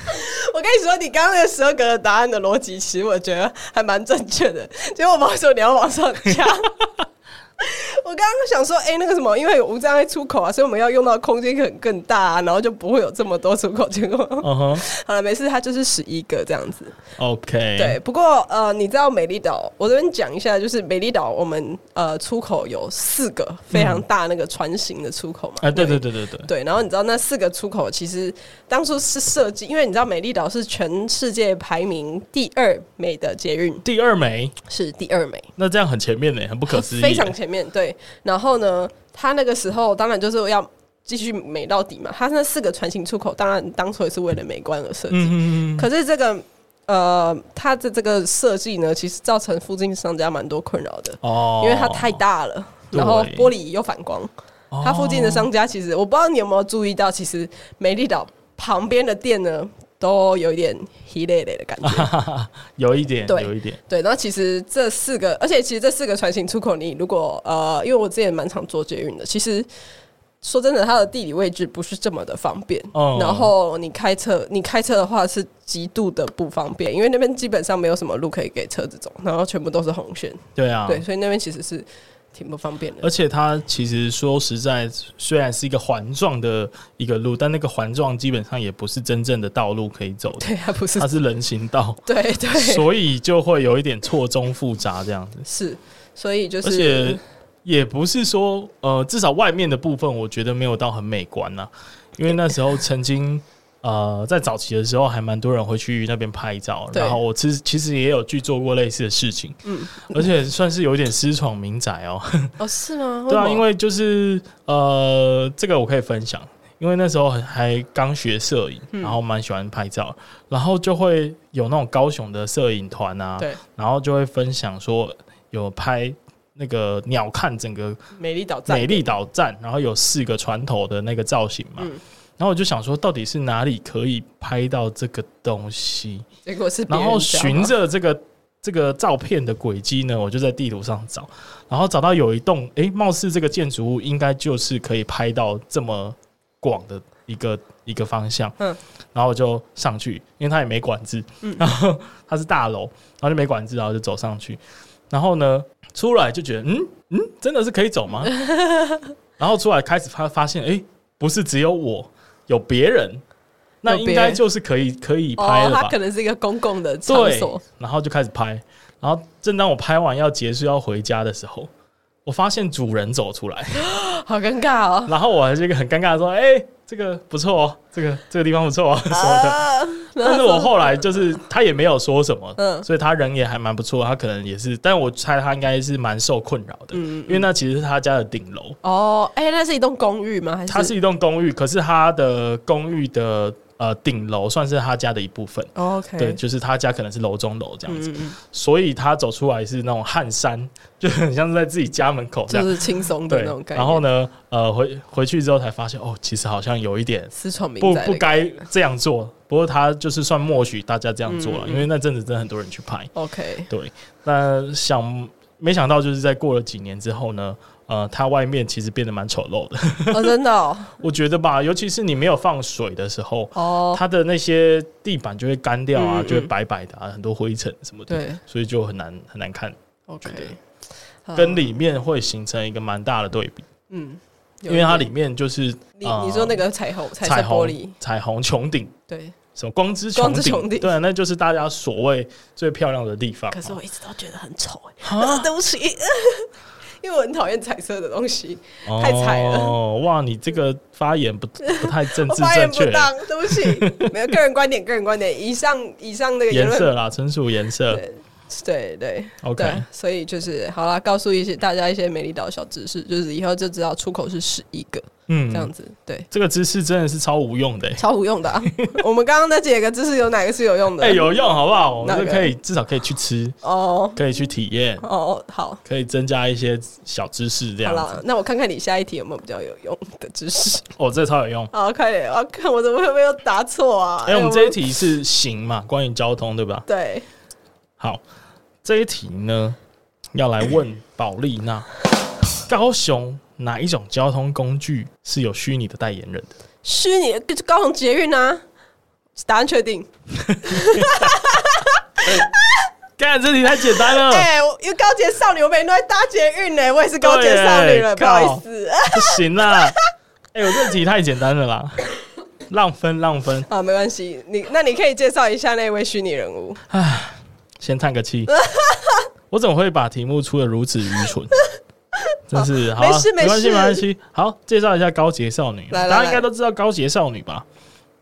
[SPEAKER 4] <laughs> 我跟你说，你刚刚那个十二个的答案的逻辑，其实我觉得还蛮正确的。结果我妈说你要往上
[SPEAKER 3] <laughs>
[SPEAKER 4] 加。我刚刚想说，哎、那个什么，因为有无障碍出口啊，所以我们要用到空间可能更大、啊，然后就不会有这么多出口。结
[SPEAKER 3] <laughs>
[SPEAKER 4] 果
[SPEAKER 3] 嗯哼
[SPEAKER 4] 好了，没事，它就是十一个这样子。
[SPEAKER 3] ，OK，
[SPEAKER 4] 对，，不过呃，你知道美丽岛，我这边讲一下，就是美丽岛我们呃出口有四个非常大那个船型的出口嘛。
[SPEAKER 3] 哎、嗯对对对对对，
[SPEAKER 4] 对，然后你知道那四个出口其实当初是设计，因为你知道美丽岛是全世界排名第二美的捷运，
[SPEAKER 3] 第二枚，
[SPEAKER 4] 是第二美，
[SPEAKER 3] 那这样很前面呢，很不可思议，
[SPEAKER 4] 哦非常前面。对，然后呢，它那个时候当然就是要继续美到底嘛，它那四个船型出口当然当初也是为了美观而设计。
[SPEAKER 3] 嗯嗯嗯嗯，
[SPEAKER 4] 可是这个呃，它的这个设计呢，其实造成附近商家蛮多困扰的，
[SPEAKER 3] 哦，
[SPEAKER 4] 因为它太大了，
[SPEAKER 3] 对
[SPEAKER 4] 然后玻璃又反光。
[SPEAKER 3] 哦，
[SPEAKER 4] 它附近的商家其实，我不知道你有没有注意到，其实美丽岛旁边的店呢，都有一点黑累累的感
[SPEAKER 3] 啊
[SPEAKER 4] 觉。
[SPEAKER 3] 有一点，
[SPEAKER 4] 对
[SPEAKER 3] 有一点，
[SPEAKER 4] 对，然后其实这四个，而且其实这四个船型出口，你如果呃，因为我之前蛮常坐捷运的，其实说真的，它的地理位置不是这么的方便。
[SPEAKER 3] 哦
[SPEAKER 4] 然后你开车，你开车的话是极度的不方便，因为那边基本上没有什么路可以给车子走，然后全部都是红线，
[SPEAKER 3] 对啊，
[SPEAKER 4] 对，所以那边其实是挺不方便的
[SPEAKER 3] 而。且它其实说实在，虽然是一个环状的一个路，但那个环状基本上也不是真正的道路可以走的，
[SPEAKER 4] <laughs> 对，它不是
[SPEAKER 3] 它，是人行道，
[SPEAKER 4] 对对
[SPEAKER 3] 所以就会有一点错综复杂这样子。
[SPEAKER 4] 是，所以就是
[SPEAKER 3] 而且也不是说，啊呃，至少外面的部分，我觉得没有到很美观呐、因为那时候曾经呃，在早期的时候还蛮多人会去那边拍照，
[SPEAKER 4] 对
[SPEAKER 3] 然后我其实其实也有去做过类似的事情，嗯，而且算是有点私闯民宅哦，
[SPEAKER 4] 哦，是吗？
[SPEAKER 3] 对啊，因
[SPEAKER 4] 为
[SPEAKER 3] 为就是呃，这个我可以分享，因为那时候还刚学摄影，
[SPEAKER 4] 嗯
[SPEAKER 3] 然后蛮喜欢拍照，然后就会有那种高雄的摄影团啊，
[SPEAKER 4] 对
[SPEAKER 3] 然后就会分享说有拍那个鸟瞰整个
[SPEAKER 4] 美丽岛站
[SPEAKER 3] 美丽岛站，然后有四个船头的那个造型嘛。
[SPEAKER 4] 嗯
[SPEAKER 3] 然后我就想说，到底是哪里可以拍到这个东西？
[SPEAKER 4] 结果是别
[SPEAKER 3] 然
[SPEAKER 4] 人
[SPEAKER 3] 后
[SPEAKER 4] 家
[SPEAKER 3] 循
[SPEAKER 4] 吗
[SPEAKER 3] 着这个这个照片的轨迹呢，我就在地图上找，然后找到有一栋，诶，貌似这个建筑物应该就是可以拍到这么广的一个一个方向。
[SPEAKER 4] 嗯
[SPEAKER 3] 然后我就上去，因为它也没管制，
[SPEAKER 4] 嗯
[SPEAKER 3] 然后它是大楼，然后就没管制，然后就走上去，然后呢出来就觉得，嗯嗯，真的是可以走
[SPEAKER 4] <laughs>
[SPEAKER 3] 吗？然后出来开始发发现，诶，不是只有我，有别人。那
[SPEAKER 4] 有别
[SPEAKER 3] 应该
[SPEAKER 4] 人
[SPEAKER 3] 就是可以可以拍
[SPEAKER 4] 哦，
[SPEAKER 3] 了吧？
[SPEAKER 4] 它可能是一个公共的场
[SPEAKER 3] 对
[SPEAKER 4] 所，，
[SPEAKER 3] 然后就开始拍。然后正当我拍完要结束要回家的时候，我发现主人走出来， <laughs>
[SPEAKER 4] 好尴尬哦。
[SPEAKER 3] 然后我还是一个很尴尬的说：“哎、这个不错哦，这个这个地方不错哦什么的。
[SPEAKER 4] 啊
[SPEAKER 3] 但是我后来就是他也没有说什么，
[SPEAKER 4] 嗯
[SPEAKER 3] 所以他人也还蛮不错，他可能也是，但我猜他应该是蛮受困扰的，
[SPEAKER 4] 嗯
[SPEAKER 3] 因为那其实是他家的顶楼，
[SPEAKER 4] 哦，哎、那是一栋公寓吗？还是
[SPEAKER 3] 它是一栋公寓，可是他的公寓的呃顶楼算是他家的一部分，
[SPEAKER 4] 哦 OK？
[SPEAKER 3] 对，就是他家可能是楼中楼这样子，
[SPEAKER 4] 嗯，嗯
[SPEAKER 3] 所以他走出来是那种汗衫， <laughs> 就很像是在自己家门口这
[SPEAKER 4] 就
[SPEAKER 3] 样。
[SPEAKER 4] 是轻松的
[SPEAKER 3] 对
[SPEAKER 4] 那种，感觉。
[SPEAKER 3] 然后呢，呃，回回去之后才发现，哦，其实好像有一点
[SPEAKER 4] 私闯民
[SPEAKER 3] 不
[SPEAKER 4] 宅
[SPEAKER 3] 不
[SPEAKER 4] 的感
[SPEAKER 3] 该这样做。不过他就是算默许大家这样做了，
[SPEAKER 4] 嗯嗯
[SPEAKER 3] 因为那阵子真的很多人去拍。
[SPEAKER 4] 觉 OK，
[SPEAKER 3] 对，那想没想到就是在过了几年之后呢，呃，它外面其实变得蛮丑陋的。 <laughs>
[SPEAKER 4] 哦，真的哦，
[SPEAKER 3] 我觉得吧，尤其是你没有放水的时候，
[SPEAKER 4] 哦
[SPEAKER 3] 它的那些地板就会干掉啊，
[SPEAKER 4] 嗯嗯
[SPEAKER 3] 就会白白的啊，很多灰尘什么的，
[SPEAKER 4] 对
[SPEAKER 3] 所以就很难很难看。
[SPEAKER 4] 哦，OK，好
[SPEAKER 3] 跟里面会形成一个蛮大的对比，
[SPEAKER 4] 嗯，有
[SPEAKER 3] 因为它
[SPEAKER 4] 一
[SPEAKER 3] 里
[SPEAKER 4] 点
[SPEAKER 3] 面就是
[SPEAKER 4] 你
[SPEAKER 3] 呃
[SPEAKER 4] 你说那个彩虹彩色
[SPEAKER 3] 彩
[SPEAKER 4] 玻
[SPEAKER 3] 虹
[SPEAKER 4] 璃，
[SPEAKER 3] 彩虹穹顶，
[SPEAKER 4] 对，
[SPEAKER 3] 什么光之
[SPEAKER 4] 光
[SPEAKER 3] 穹
[SPEAKER 4] 之
[SPEAKER 3] 顶，
[SPEAKER 4] 穹顶
[SPEAKER 3] 对，啊那就是大家所谓最漂亮的地方。
[SPEAKER 4] 可是我一直都觉得很丑、哎、 <laughs> 对不起，因为我很讨厌彩色的东西，
[SPEAKER 3] 哦
[SPEAKER 4] 太菜了
[SPEAKER 3] 哇，你这个发言
[SPEAKER 4] <laughs>
[SPEAKER 3] 不不太政
[SPEAKER 4] 我
[SPEAKER 3] 治
[SPEAKER 4] 发言
[SPEAKER 3] 正
[SPEAKER 4] 不
[SPEAKER 3] 确，
[SPEAKER 4] 当，对不起，没有个人观点，个人观点，以上以上那个言
[SPEAKER 3] 颜
[SPEAKER 4] 论
[SPEAKER 3] 色啦，纯属颜色。
[SPEAKER 4] 对对
[SPEAKER 3] OK
[SPEAKER 4] 对，啊所以就是好啦，告诉一些大家一些美丽岛小知识，就是以后就知道出口是十一个这样
[SPEAKER 3] 嗯，
[SPEAKER 4] 子，对，
[SPEAKER 3] 这个知识真的是超无用的、欸，
[SPEAKER 4] 超无用的、啊。 <laughs> 我们刚刚那几个知识有哪个是有用的？
[SPEAKER 3] 哎、有用好不好？我们
[SPEAKER 4] 啊那
[SPEAKER 3] 就
[SPEAKER 4] 个
[SPEAKER 3] 可以至少可以去吃，
[SPEAKER 4] 哦
[SPEAKER 3] 可以去体验，
[SPEAKER 4] 哦，好，
[SPEAKER 3] 可以增加一些小知识这
[SPEAKER 4] 好
[SPEAKER 3] 样
[SPEAKER 4] 啦，
[SPEAKER 3] 子。
[SPEAKER 4] 那我看看你下一题有没有比较有用的知识。
[SPEAKER 3] 哦，这超有用。
[SPEAKER 4] 好，快点，我要看我怎么会没有答错啊？
[SPEAKER 3] 哎、我们这一题是行嘛，关于交通对吧？
[SPEAKER 4] 对
[SPEAKER 3] 好，这一题呢，要来问保利娜，高雄哪一种交通工具是有虚拟的代言人的？
[SPEAKER 4] 虚拟就是高雄捷运啊，答案确定。
[SPEAKER 3] 干，这题太简单了，
[SPEAKER 4] 哎、我因为高捷少女，我每天都在搭捷运呢、我也是高捷少女了，
[SPEAKER 3] 对
[SPEAKER 4] 不好意思。 <laughs>
[SPEAKER 3] 不行啦！哎、我这题太简单了啦，浪分浪分，
[SPEAKER 4] 啊，没关系，你那你可以介绍一下那位虚拟人物，
[SPEAKER 3] 先叹个气。我怎么会把题目出的如此愚蠢？真是好、啊，
[SPEAKER 4] 没事没
[SPEAKER 3] 没关系
[SPEAKER 4] 事
[SPEAKER 3] 没关系。好，介绍一下高洁少女，
[SPEAKER 4] 来来
[SPEAKER 3] 大家应
[SPEAKER 4] 来
[SPEAKER 3] 该都知道高洁少女吧？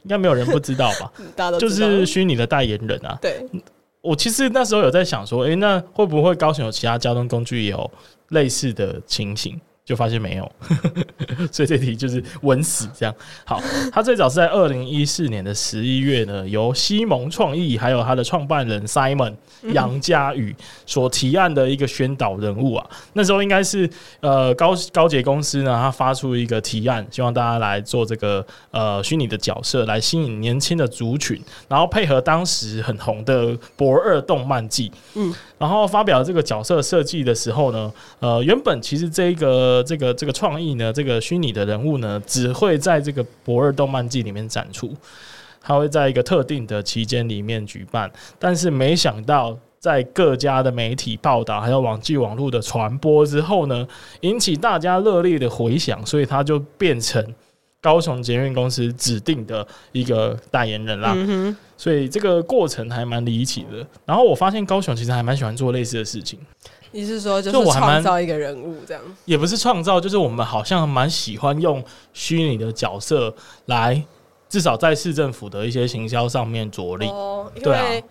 [SPEAKER 3] 应该没有人不知道吧？
[SPEAKER 4] 大家都
[SPEAKER 3] 就
[SPEAKER 4] 知道
[SPEAKER 3] 是虚拟的代言人啊。
[SPEAKER 4] 对
[SPEAKER 3] 我其实那时候有在想说，诶、那会不会高雄有其他交通工具也有类似的情形？就发现没有， <laughs> 所以这题就是稳死这样。好，它最早是在二零一四年的十一月呢，由西蒙创意还有他的创办人 Simon
[SPEAKER 4] 嗯
[SPEAKER 3] 杨家宇所提案的一个宣导人物啊。那时候应该是呃高高捷公司呢，它发出一个提案，希望大家来做这个呃虚拟的角色，来吸引年轻的族群，然后配合当时很红的博二动漫季，嗯，然后发表这个角色设计的时候呢，呃，原本其实这个这个这个创意呢，这个虚拟的人物呢，只会在这个博二动漫季里面展出，它会在一个特定的期间里面举办，但是没想到。在各家的媒体报道，还有网际网络的传播之后呢，引起大家热烈的回响，所以它就变成高雄捷运公司指定的一个代言人啦。所以这个过程还蛮离奇的。然后我发现高雄其实还蛮喜欢做类似的事情，
[SPEAKER 4] 你是说就
[SPEAKER 3] 就是我还蛮
[SPEAKER 4] 创造一个人物这样？
[SPEAKER 3] 也不是创造，就是我们好像蛮喜欢用虚拟的角色来至少在市政府的一些行销上面着力。
[SPEAKER 4] 哦，因
[SPEAKER 3] 对啊
[SPEAKER 4] 为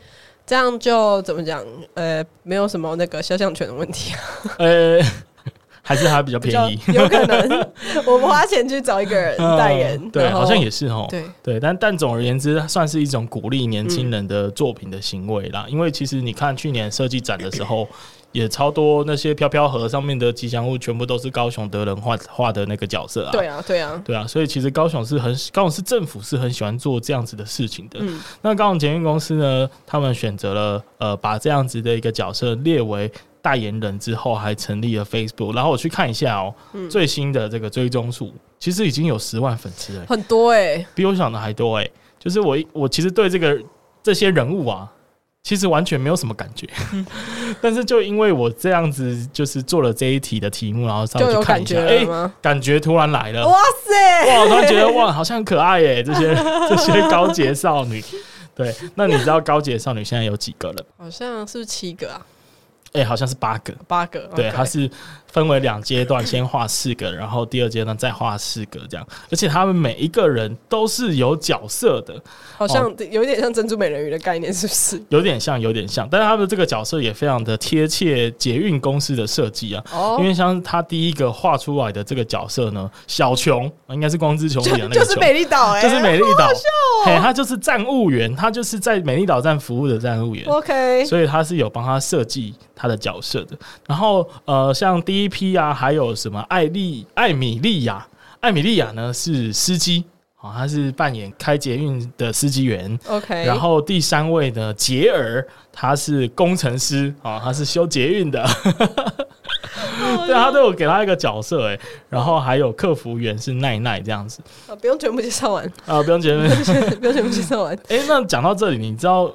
[SPEAKER 4] 这样就怎么讲？呃，没有什么那个肖像权的问题啊，
[SPEAKER 3] 呃， <laughs> 还是它比较
[SPEAKER 4] 比较
[SPEAKER 3] 便宜，
[SPEAKER 4] 有可能我们花钱去找一个人代言
[SPEAKER 3] 嗯，对，
[SPEAKER 4] 然后
[SPEAKER 3] 好像也是哦。
[SPEAKER 4] 对。
[SPEAKER 3] 对，但但总而言之，算是一种鼓励年轻人的作品的行为
[SPEAKER 4] 嗯
[SPEAKER 3] 啦。因为其实你看去年设计展的时候，也超多那些飘飘盒上面的吉祥物，全部都是高雄德仁画画的那个角色啊。
[SPEAKER 4] 对啊，对啊，
[SPEAKER 3] 对啊，所以其实高雄是很高雄市政府是很喜欢做这样子的事情的。
[SPEAKER 4] 嗯
[SPEAKER 3] 那高雄捷运公司呢，他们选择了呃把这样子的一个角色列为代言人之后，还成立了 Facebook。然后我去看一下哦，最新的这个追踪数其实已经有十万粉丝了，
[SPEAKER 4] 很多哎、欸，
[SPEAKER 3] 比我想的还多哎、就是我一我其实对这个这些人物啊。其实完全没有什么感觉，
[SPEAKER 4] 嗯
[SPEAKER 3] <laughs> 但是就因为我这样子就是做了这一题的题目，然后上
[SPEAKER 4] 就
[SPEAKER 3] 去
[SPEAKER 4] 有
[SPEAKER 3] 看
[SPEAKER 4] 感
[SPEAKER 3] 一
[SPEAKER 4] 觉
[SPEAKER 3] 下，
[SPEAKER 4] 了
[SPEAKER 3] 哎、
[SPEAKER 4] 吗？
[SPEAKER 3] 感觉突然来了，
[SPEAKER 4] 哇塞，
[SPEAKER 3] 哇，我突然觉得哇，好像很可爱欸耶！这些这些高洁少女，对，那你知道高洁少女现在有几个了？
[SPEAKER 4] 好像是不是七个啊，
[SPEAKER 3] 哎、好像是八个。
[SPEAKER 4] 八个，
[SPEAKER 3] 对，
[SPEAKER 4] OK
[SPEAKER 3] 它是分为两阶段，先画四个，然后第二阶段再画四个这样。而且他们每一个人都是有角色的，
[SPEAKER 4] 好
[SPEAKER 3] 哦
[SPEAKER 4] 像有点像珍珠美人鱼的概念，是不是？
[SPEAKER 3] 有点像，有点像，但是他们这个角色也非常的贴切捷运公司的设计啊。
[SPEAKER 4] 哦
[SPEAKER 3] 因为像他第一个画出来的这个角色呢，小琼应该是光之穹里的那个
[SPEAKER 4] 就
[SPEAKER 3] 琼，
[SPEAKER 4] 是美丽岛哎，
[SPEAKER 3] 就是美丽岛，
[SPEAKER 4] 哦
[SPEAKER 3] 嘿，他就是站务员，他就是在美丽岛站服务的站务员，
[SPEAKER 4] OK，
[SPEAKER 3] 所以他是有帮他设计他的角色的。然后呃，像第一批啊，还有什么艾丽、艾米莉亚、艾米莉亚呢是司机啊、哦，他是扮演开捷运的司机员。
[SPEAKER 4] OK，
[SPEAKER 3] 然后第三位呢，杰尔，他是工程师啊、哦，他是修捷运的，<laughs>
[SPEAKER 4] 哦
[SPEAKER 3] 对，他都有给他一个角色哎。然后还有客服员是奈奈这样子
[SPEAKER 4] 啊不用全部介绍完， <laughs>
[SPEAKER 3] 啊，不用觉得。
[SPEAKER 4] 不用全部介绍完。
[SPEAKER 3] 哎、那讲到这里，你知道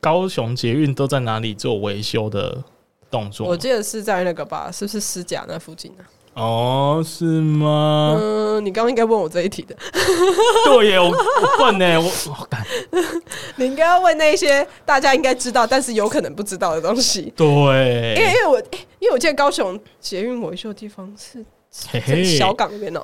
[SPEAKER 3] 高雄捷运都在哪里做维修的动作
[SPEAKER 4] 我
[SPEAKER 3] 吗？
[SPEAKER 4] 记得是在那个吧，是不是狮甲那附近啊？
[SPEAKER 3] 哦，是吗？
[SPEAKER 4] 嗯，你刚刚应该问我这一题的，
[SPEAKER 3] 对耶，我我笨呢，我我干、
[SPEAKER 4] 你应该要问那些大家应该知道，但是有可能不知道的东西。因为因
[SPEAKER 3] 对，
[SPEAKER 4] 为我诶因为我记得高雄捷运维修的地方是
[SPEAKER 3] 嘿
[SPEAKER 4] 在
[SPEAKER 3] 嘿，
[SPEAKER 4] 小港那边哦，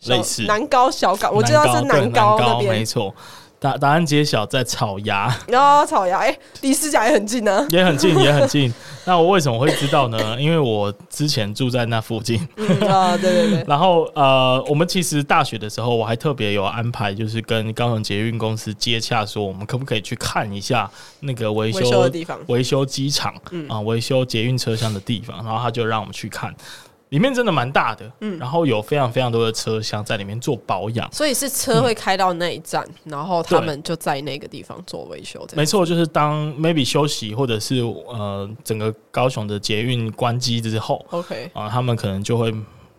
[SPEAKER 4] 小
[SPEAKER 3] 类似
[SPEAKER 4] 南高小港，我知道
[SPEAKER 3] 南高
[SPEAKER 4] 是
[SPEAKER 3] 对
[SPEAKER 4] 南
[SPEAKER 3] 南
[SPEAKER 4] 高
[SPEAKER 3] 高
[SPEAKER 4] 那
[SPEAKER 3] 没
[SPEAKER 4] 边。
[SPEAKER 3] 错。答答案揭晓，在草芽
[SPEAKER 4] 然后草芽，哎，离狮甲也很近啊呢。
[SPEAKER 3] 也很近，也很近。 <laughs> 那我为什么会知道呢？因为我之前住在那附近， <laughs>
[SPEAKER 4] 嗯啊，对对对，
[SPEAKER 3] 然后呃，我们其实大学的时候，我还特别有安排，就是跟高雄捷运公司接洽，说我们可不可以去看一下那个维
[SPEAKER 4] 维修的地方
[SPEAKER 3] 维修机场
[SPEAKER 4] 嗯
[SPEAKER 3] 啊，维、修捷运车厢的地方。然后他就让我们去看，里面真的蛮大的，嗯，然后有非常非常多的车厢在里面做保养。
[SPEAKER 4] <laughs> 所以是车会开到那一站，然后
[SPEAKER 3] 对
[SPEAKER 4] 他们就在那个地方做维修。这样
[SPEAKER 3] 没错，就是当 maybe 休息或者是呃整个高雄的捷运关机之后，
[SPEAKER 4] OK，
[SPEAKER 3] 啊，他们可能就会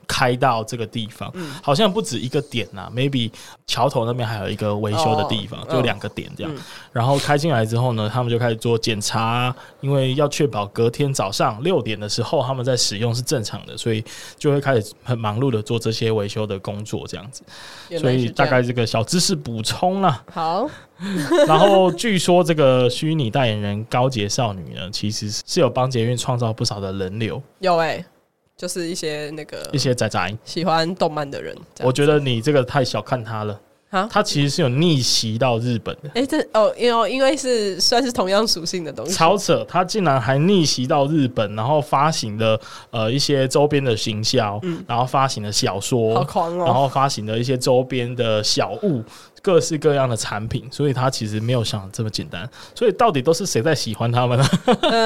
[SPEAKER 3] 开到这个地方，
[SPEAKER 4] 嗯
[SPEAKER 3] 好像不止一个点呐、m a y b e 桥头那边还有一个维修的地方，
[SPEAKER 4] 哦
[SPEAKER 3] 就两个点这样。
[SPEAKER 4] 嗯
[SPEAKER 3] 然后开进来之后呢，他们就开始做检查，因为要确保隔天早上六点的时候他们在使用是正常的，所以就会开始很忙碌的做这些维修的工作这样子。
[SPEAKER 4] 原
[SPEAKER 3] 所
[SPEAKER 4] 来
[SPEAKER 3] 以
[SPEAKER 4] 是这
[SPEAKER 3] 大
[SPEAKER 4] 样
[SPEAKER 3] 概这个小知识补充啦。
[SPEAKER 4] 好，
[SPEAKER 3] 然后据说这个虚拟代言人高洁少女呢，其实是有帮捷运创造不少的人流，
[SPEAKER 4] 有哎、就是一些那个
[SPEAKER 3] 一些仔仔。
[SPEAKER 4] 喜欢动漫的人，这样
[SPEAKER 3] 我觉得你这个太小看他了，
[SPEAKER 4] 啊，
[SPEAKER 3] 他其实是有逆袭到日本的，
[SPEAKER 4] 哎、这哦，因为因为是算是同样属性的东西，
[SPEAKER 3] 超扯！他竟然还逆袭到日本，然后发行了呃一些周边的行销，然后发行了小
[SPEAKER 4] 嗯好
[SPEAKER 3] 说，
[SPEAKER 4] 狂
[SPEAKER 3] 然
[SPEAKER 4] 哦、
[SPEAKER 3] 后发行了一些周边的小物，各式各样的产品，所以他其实没有想得这么简单。所以到底都是谁在喜欢他们呢？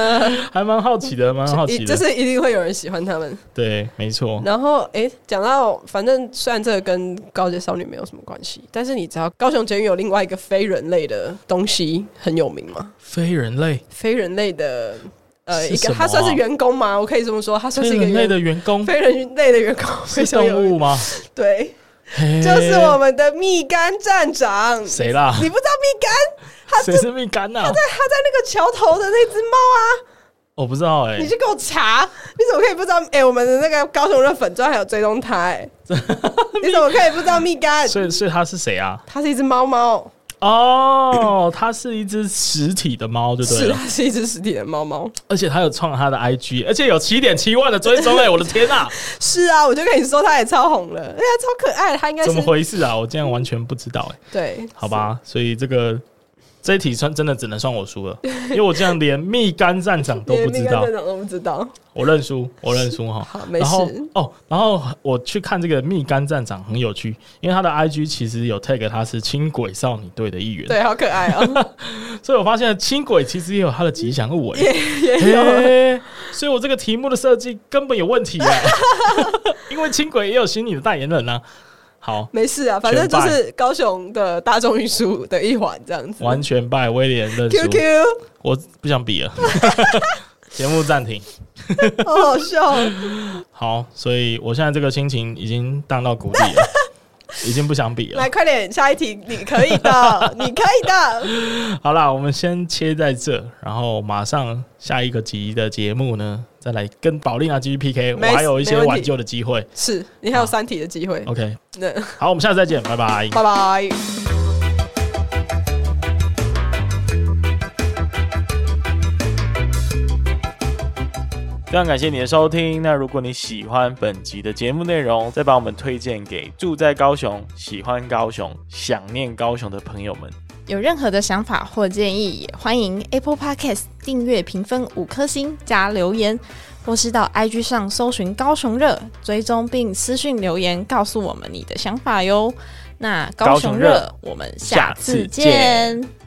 [SPEAKER 4] <laughs>
[SPEAKER 3] 还蛮好奇的，蛮好
[SPEAKER 4] 一
[SPEAKER 3] 奇的。
[SPEAKER 4] 就
[SPEAKER 3] 哦
[SPEAKER 4] 是一定会有人喜欢他们。
[SPEAKER 3] 对，没错。
[SPEAKER 4] 然后，哎、讲到反正虽然这个跟高阶少女没有什么关系，但是你知道高雄监狱有另外一个非人类的东西很有名吗？
[SPEAKER 3] 非人类，
[SPEAKER 4] 非人类的呃，
[SPEAKER 3] 是
[SPEAKER 4] 一
[SPEAKER 3] 什
[SPEAKER 4] 个
[SPEAKER 3] 么啊
[SPEAKER 4] 他算是员工吗？我可以这么说，他算
[SPEAKER 3] 非
[SPEAKER 4] 是一个
[SPEAKER 3] 人类
[SPEAKER 4] 员
[SPEAKER 3] 的员工
[SPEAKER 4] 非人类的员工，非
[SPEAKER 3] 是
[SPEAKER 4] 常有
[SPEAKER 3] 动
[SPEAKER 4] 名
[SPEAKER 3] 物吗？
[SPEAKER 4] 对，
[SPEAKER 3] 嘿
[SPEAKER 4] 就是我们的蜜柑站长。
[SPEAKER 3] 谁啦？
[SPEAKER 4] 你不知道蜜柑，
[SPEAKER 3] <laughs>
[SPEAKER 4] 他
[SPEAKER 3] 谁
[SPEAKER 4] 在
[SPEAKER 3] 是蜜柑呐？
[SPEAKER 4] 他在那个桥头的那只猫啊！
[SPEAKER 3] 我不知道哎、
[SPEAKER 4] 你去给我查，你怎么可以不知道？哎、我们的那个高雄的粉砖还有追
[SPEAKER 3] <laughs>
[SPEAKER 4] 踪它、哎，你怎么可以不知道蜜柑？ <laughs>
[SPEAKER 3] 所以所以他是谁啊？
[SPEAKER 4] 它是一只猫猫，
[SPEAKER 3] 哦，它是一只实体的猫，对不啊对
[SPEAKER 4] 是
[SPEAKER 3] 了？
[SPEAKER 4] 它是一只实体的猫猫。
[SPEAKER 3] 而且它有创它的 IG，而且有七点七万的追
[SPEAKER 4] <laughs>
[SPEAKER 3] 踪哎、我的天啊，
[SPEAKER 4] 是啊，我就跟你说，它也超红了，哎呀，超可爱的，它应该
[SPEAKER 3] 怎么
[SPEAKER 4] 是嗯
[SPEAKER 3] 回事啊？我竟然完全不知道哎、
[SPEAKER 4] 对，
[SPEAKER 3] 好吧，所以这个这一题算真的只能算我输了，因为我竟然连蜜柑站长都不知道
[SPEAKER 4] 那，种都不知道。
[SPEAKER 3] 我认输，我认输哈。
[SPEAKER 4] 好，没
[SPEAKER 3] 然后
[SPEAKER 4] 事。
[SPEAKER 3] 哦，然后我去看这个蜜柑站长很有趣，因为他的 IG 其实有 tag 他是轻轨少女队的一员，
[SPEAKER 4] 对，好可爱
[SPEAKER 3] <laughs>
[SPEAKER 4] 哦，
[SPEAKER 3] 所以我发现轻轨其实也有它的吉祥物哎、
[SPEAKER 4] <laughs> 也有
[SPEAKER 3] 嘿所以我这个题目的设计根本有问
[SPEAKER 4] <laughs>
[SPEAKER 3] 题哎、因为轻轨也有虚拟的代言人啊。好，
[SPEAKER 4] 没事啊，反正就是高雄的大众运输的一环这样子。
[SPEAKER 3] 完全败威廉认输
[SPEAKER 4] QQ，
[SPEAKER 3] 我不想比
[SPEAKER 4] <laughs>
[SPEAKER 3] 了，节目暂停。
[SPEAKER 4] 好好笑哦，
[SPEAKER 3] 好，所以我现在这个心情已经荡到谷底
[SPEAKER 4] <laughs>
[SPEAKER 3] 了，已经不想比了
[SPEAKER 4] 来。快点，下一题，你可以的，你可以的。
[SPEAKER 3] 好啦，我们先切在这，然后马上下一个集的节目呢，再来跟宝丽娜继续 PK，我
[SPEAKER 4] 没
[SPEAKER 3] 还有一些
[SPEAKER 4] 没问题
[SPEAKER 3] 挽救的机会。
[SPEAKER 4] 是你还有三题的机会，
[SPEAKER 3] OK，
[SPEAKER 4] 那
[SPEAKER 3] <laughs> 好，我们下次再见，拜拜。
[SPEAKER 4] 拜拜。
[SPEAKER 1] 非常感谢你的收听。那如果你喜欢本集的节目内容，再把我们推荐给住在高雄、喜欢高雄、想念高雄的朋友们。
[SPEAKER 2] 有任何的想法或建议，也欢迎 Apple Podcast 订阅、评分五颗星加留言，或是到 IG 上搜寻高雄热，追踪并私讯留言告诉我们你的想法哟。那高
[SPEAKER 1] 高
[SPEAKER 2] 雄
[SPEAKER 1] 雄
[SPEAKER 2] 热，
[SPEAKER 1] 热
[SPEAKER 2] 我们
[SPEAKER 1] 下
[SPEAKER 2] 下次
[SPEAKER 1] 次见
[SPEAKER 2] 见